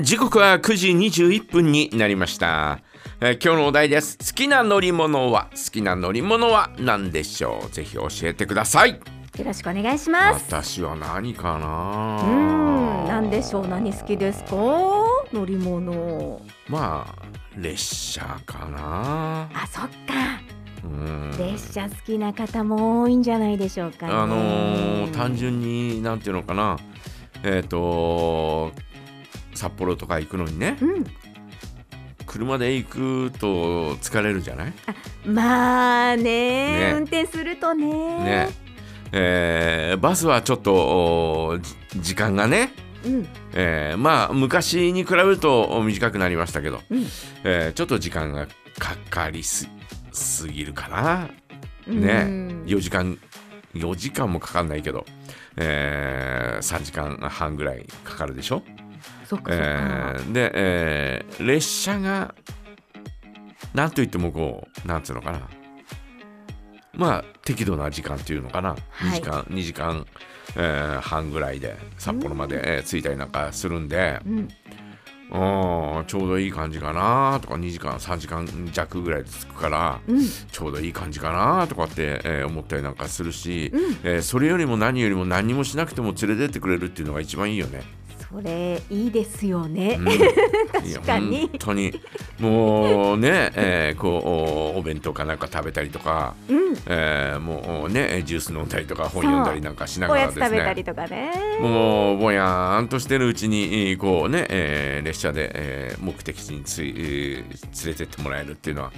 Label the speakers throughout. Speaker 1: 時刻は9時21分になりました、えー今日のお題です好きな乗り物は好きな乗り物は何でしょうぜひ教えてください
Speaker 2: よろしくお願いします。
Speaker 1: 私は何か
Speaker 2: うー、
Speaker 1: なん
Speaker 2: なんでしょう。何好きですか？乗り物。
Speaker 1: まあ列車かな
Speaker 2: あ、そっか。
Speaker 1: うん
Speaker 2: 列車好きな方も多いんじゃないでしょうか、ね。
Speaker 1: あのー単純になんていうのかなえっ、と札幌とか行くのにね
Speaker 2: うん、
Speaker 1: 車で行くと疲れるじゃない
Speaker 2: まあね
Speaker 1: ね
Speaker 2: 運転するとね
Speaker 1: ねえーバスはちょっとおーじ時間がね、
Speaker 2: うん
Speaker 1: えーまあ昔に比べるとお短くなりましたけど、
Speaker 2: うん
Speaker 1: えーちょっと時間がかかりすすぎるかな
Speaker 2: うん
Speaker 1: ね4時間4時間もかかんないけど、え3時間半ぐらいかかるでしょ、
Speaker 2: そっかそっ
Speaker 1: え
Speaker 2: か、
Speaker 1: ーで、えー列車がなんといってもこうなんつうのかなまあ適度な時間というのかな、
Speaker 2: はい
Speaker 1: 2時間2時間、えー半ぐらいで札幌まで、えー着いたりなんかするんで、
Speaker 2: うん
Speaker 1: うんちょうどいい感じかなとか2時間3時間弱ぐらいで着くから、
Speaker 2: うん
Speaker 1: ちょうどいい感じかなとかって、えー思ったりなんかするし、
Speaker 2: うん
Speaker 1: えーそれよりも何よりも何もしなくても連れてってくれるっていうのが一番いいよね。
Speaker 2: それいいですよね、
Speaker 1: うんいや
Speaker 2: 確かに
Speaker 1: 本当にもうね、 えーこうおお弁当かなんか食べたりとか、
Speaker 2: うん
Speaker 1: えーもうねジュース飲んだりとか本読んだりなんかしなが
Speaker 2: お
Speaker 1: ら
Speaker 2: や
Speaker 1: で
Speaker 2: つ
Speaker 1: す
Speaker 2: 食べたり
Speaker 1: ね
Speaker 2: とかね
Speaker 1: もうぼやーんとしてるうちにえーこうね、えー列車で、えー目的地につい、えー連れてってもらえるっていうのは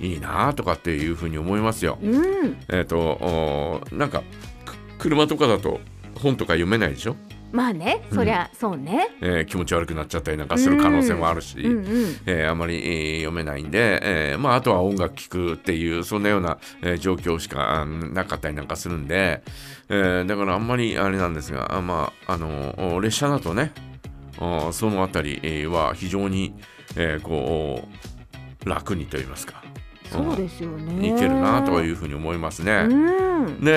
Speaker 1: いいなとかっていうふうに思いますよ。
Speaker 2: うん
Speaker 1: えっ、とおーなんかく車とかだと本とか読めないでしょ、
Speaker 2: まあねそりゃ、そうね
Speaker 1: えー気持ち悪くなっちゃったりなんかする可能性もあるし、
Speaker 2: うんうん
Speaker 1: えーあまり、えー読めないんで、えーまあ、あとは音楽聴くっていうそんなような、えー状況しかあんなかったりなんかするんで、えーだからあんまりあれなんですがあまああのお列車だとねあそのあたりえーは非常に、えーこう楽にと言いますか、
Speaker 2: そうですよね
Speaker 1: いけるなといううふうに思いますね。
Speaker 2: うん
Speaker 1: で、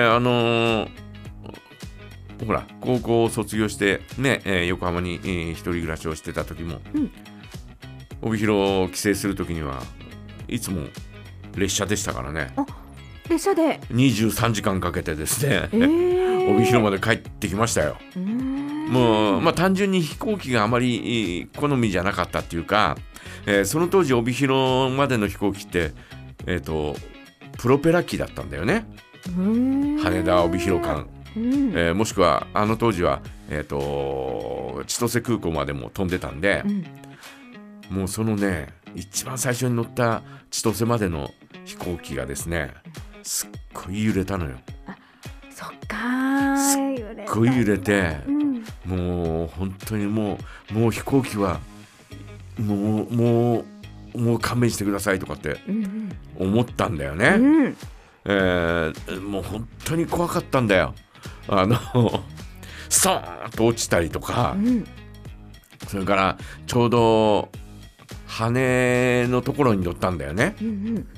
Speaker 1: えーあのーほら高校を卒業してね、えー横浜に、えー一人暮らしをしてた時も、
Speaker 2: うん
Speaker 1: 帯広を帰省する時にはいつも列車でしたからね
Speaker 2: 列車で
Speaker 1: 23時間かけてですね、
Speaker 2: えー、
Speaker 1: 帯広まで帰ってきましたよ。
Speaker 2: うん
Speaker 1: もう、まあ、単純に飛行機があまりいい好みじゃなかったっていうか、えーその当時帯広までの飛行機って、えー、とプロペラ機だったんだよね
Speaker 2: うん
Speaker 1: 羽田帯広間。
Speaker 2: うん
Speaker 1: えーもしくはあの当時は、えー、と千歳空港までも飛んでたんで
Speaker 2: う、ん
Speaker 1: もうそのね一番最初に乗った千歳までの飛行機がですねすっごい揺れたのよ。
Speaker 2: そっかー揺れ
Speaker 1: すっごい揺れて
Speaker 2: たうん
Speaker 1: もう本当にもうもう飛行機はもうもうもう勘弁してくださいとかって
Speaker 2: うん
Speaker 1: 思ったんだよね。
Speaker 2: うんうん
Speaker 1: えーもう本当に怖かったんだよ。あのストーンと落ちたりとか。
Speaker 2: うん
Speaker 1: それからちょうど羽のところに乗ったんだよね。
Speaker 2: うん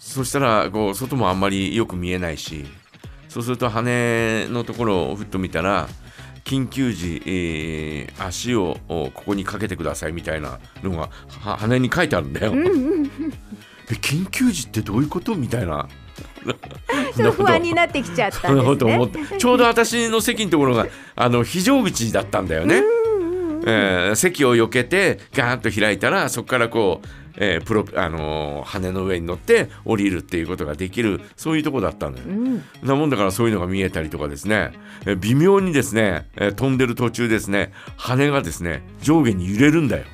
Speaker 1: そしたらこう外もあんまりよく見えないし、そうすると羽のところをふっと見たら、緊急時、えー足をおここにかけてくださいみたいなのがは羽に書いてあるんだよ。
Speaker 2: うんうんうん
Speaker 1: え緊急時ってどういうことみたいな。
Speaker 2: ちょっと不安になってきちゃった
Speaker 1: そ
Speaker 2: ん
Speaker 1: ん
Speaker 2: で
Speaker 1: なこ
Speaker 2: す
Speaker 1: と思っ
Speaker 2: ね。
Speaker 1: てちょうど私の席のところがあの非常口だったんだよね。えー席を避けてガーンと開いたらそこからこう、えープロあのー羽の上に乗って降りるっていうことができるそういうとこだったのよ。
Speaker 2: うん、
Speaker 1: なもんだからそういうのが見えたりとかですね、えー微妙にですね、えー飛んでる途中ですね羽がですね上下に揺れるんだよ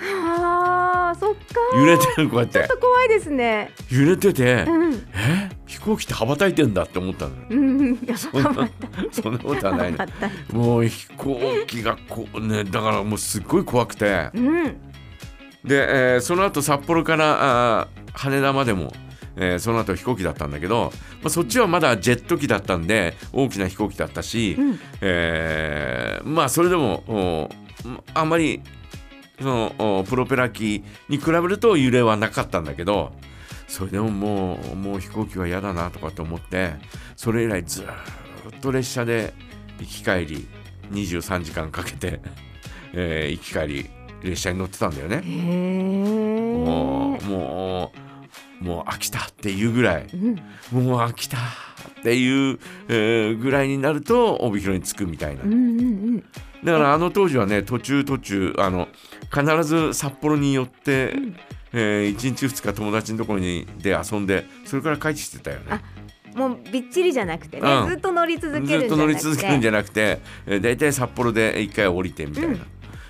Speaker 2: ああ、そっか。
Speaker 1: 揺れてるこうやって
Speaker 2: ちょっと怖いですね。
Speaker 1: 揺れてて、
Speaker 2: うん、
Speaker 1: え飛行機って羽ばたいてんだって思ったのよ
Speaker 2: うん、
Speaker 1: そんなそんなこと はないの
Speaker 2: あった
Speaker 1: もう飛行機がこうねだからもうすっごい怖くて
Speaker 2: うん、
Speaker 1: で、えーその後札幌からあー羽田までも、えーその後飛行機だったんだけど、まあ、そっちはまだジェット機だったんで大きな飛行機だったし、
Speaker 2: うん、
Speaker 1: えーまあそれでもおんあんまりそのおプロペラ機に比べると揺れはなかったんだけどそれでももうもう飛行機は嫌だなとかって思ってそれ以来ずーっと列車で行き帰り23時間かけてえー行き帰り列車に乗ってたんだよね。
Speaker 2: へ
Speaker 1: も
Speaker 2: え
Speaker 1: うもうもう飽きたっていうぐらい
Speaker 2: うん
Speaker 1: もう飽きたっていう、えーぐらいになると帯広に着くみたいな
Speaker 2: うんうんうん
Speaker 1: だからあの当時はね途中途中あの必ず札幌に寄って、
Speaker 2: うん
Speaker 1: え1日2日友達のところにで遊んでそれから帰ってきてたよね
Speaker 2: あ。もうびっちりじゃなくてね、
Speaker 1: うん
Speaker 2: ずっと乗り続けるんじゃ
Speaker 1: ず
Speaker 2: なく
Speaker 1: ってと乗り続けるんじ
Speaker 2: ゃ
Speaker 1: ゃなくて、えー、大体札幌で一回降りてみたいな、
Speaker 2: うん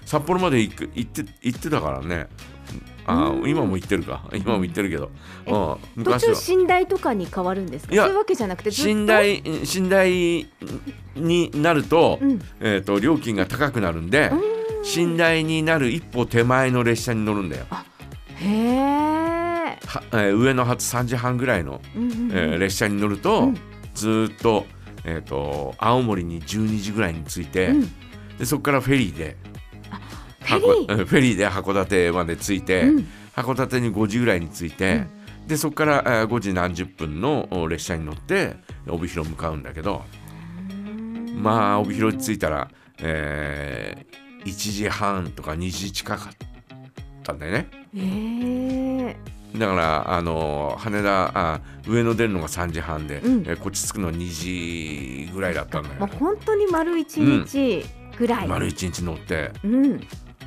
Speaker 1: 札幌まで行く行って行ってたからねあー、
Speaker 2: うん
Speaker 1: 今も行ってるか今も行ってるけど、
Speaker 2: え
Speaker 1: うん、
Speaker 2: 途
Speaker 1: 昔
Speaker 2: 中
Speaker 1: は
Speaker 2: 寝台とかに変わるんですか
Speaker 1: いや
Speaker 2: そういうわけじゃなくてずっと
Speaker 1: 寝台寝台になると,、
Speaker 2: うん
Speaker 1: えー、と料金が高くなるんで、
Speaker 2: うん
Speaker 1: 寝台になる一歩手前の列車に乗るんだよ。は
Speaker 2: へえ
Speaker 1: えー上の発3時半ぐらいの、
Speaker 2: うんうんうん
Speaker 1: えー列車に乗ると、
Speaker 2: うん
Speaker 1: ずーっと,、えー、と青森に12時ぐらいに着いて、
Speaker 2: うん
Speaker 1: でそこからフェリーで
Speaker 2: フェリー
Speaker 1: 箱フェリーで函館まで着いて、
Speaker 2: うん
Speaker 1: 函館に5時ぐらいに着いて、でそこからえー5時何十分のお列車に乗って帯広向かうんだけどまあ帯広に着いたら、えー1時半とか2時近かったんだよね。
Speaker 2: へえ
Speaker 1: だから、あのー羽田あ上野出るのが3時半で、
Speaker 2: うん
Speaker 1: えーこっち着くのは2時ぐらいだったんだよ
Speaker 2: もう
Speaker 1: ね、
Speaker 2: 本当に丸一日ぐらい、うん、
Speaker 1: 丸一日乗って、
Speaker 2: うん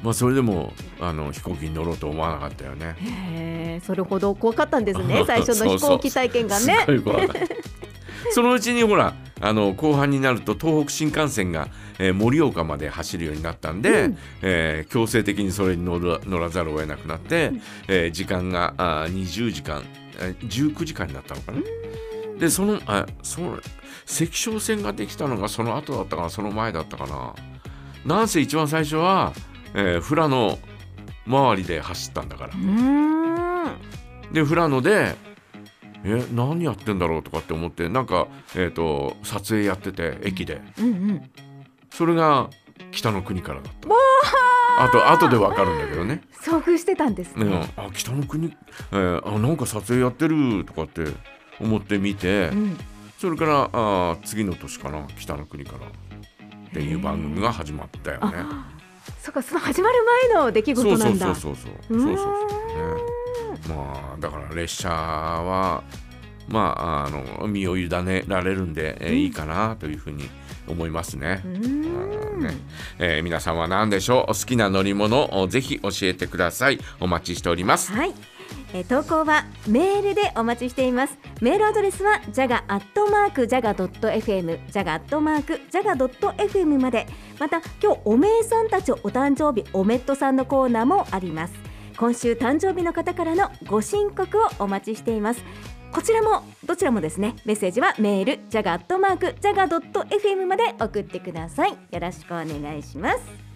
Speaker 1: まあ、それでもあの飛行機に乗ろうと思わなかったよね。
Speaker 2: へえそれほど怖かったんですね最初
Speaker 1: そ
Speaker 2: の
Speaker 1: う
Speaker 2: 飛
Speaker 1: そう
Speaker 2: 行機体験が
Speaker 1: す
Speaker 2: ね
Speaker 1: ごい怖かった そのうちにほらあの後半になると東北新幹線がえー盛岡まで走るようになったんで、
Speaker 2: うん
Speaker 1: えー強制的にそれに乗ら乗らざるを得なくなって、えー時間があー20時間えー19時間になったのかな。でそのあその赤小線ができたのがその後だったかなその前だったかな。なんせ一番最初は、えー富良野周りで走ったんだから
Speaker 2: う。ーん
Speaker 1: で富良野で「え何やってんだろう?」とかって思ってなんか、えー、と撮影やってて駅で
Speaker 2: うんうん
Speaker 1: それが北の国からだったあと後でわかるんだけどね
Speaker 2: 遭遇してたんです
Speaker 1: ね、
Speaker 2: ね、
Speaker 1: あ北の国、えーあなんか撮影やってるとかって思って見て、
Speaker 2: うん、
Speaker 1: それからあー次の年かな北の国からっていう番組が始まったよね
Speaker 2: そっかその始まる前の出来
Speaker 1: そう
Speaker 2: 事
Speaker 1: そ
Speaker 2: な
Speaker 1: うんそう
Speaker 2: だ
Speaker 1: そうそう
Speaker 2: うーん
Speaker 1: そうそうそうねまあだから列車はまああの身を委ねられるんで、えー
Speaker 2: うん
Speaker 1: いいかなというふうに思いますね。
Speaker 2: う
Speaker 1: うん
Speaker 2: ーん
Speaker 1: ねえー皆さんは何でしょうお好きな乗り物をぜひ教えてくださいお待ちしております
Speaker 2: はい。えー投稿はメールでお待ちしています。メールアドレスは jaga アットマーク jaga ドット fm jaga アットマーク jaga ドット fm まで。また今日おめえさんたちお誕生日おめっとさんのコーナーもあります。今週誕生日の方からのご申告をお待ちしています。こちらもどちらもですねメッセージはメール jaga アットマーク jaga ドット fm まで送ってください。よろしくお願いします。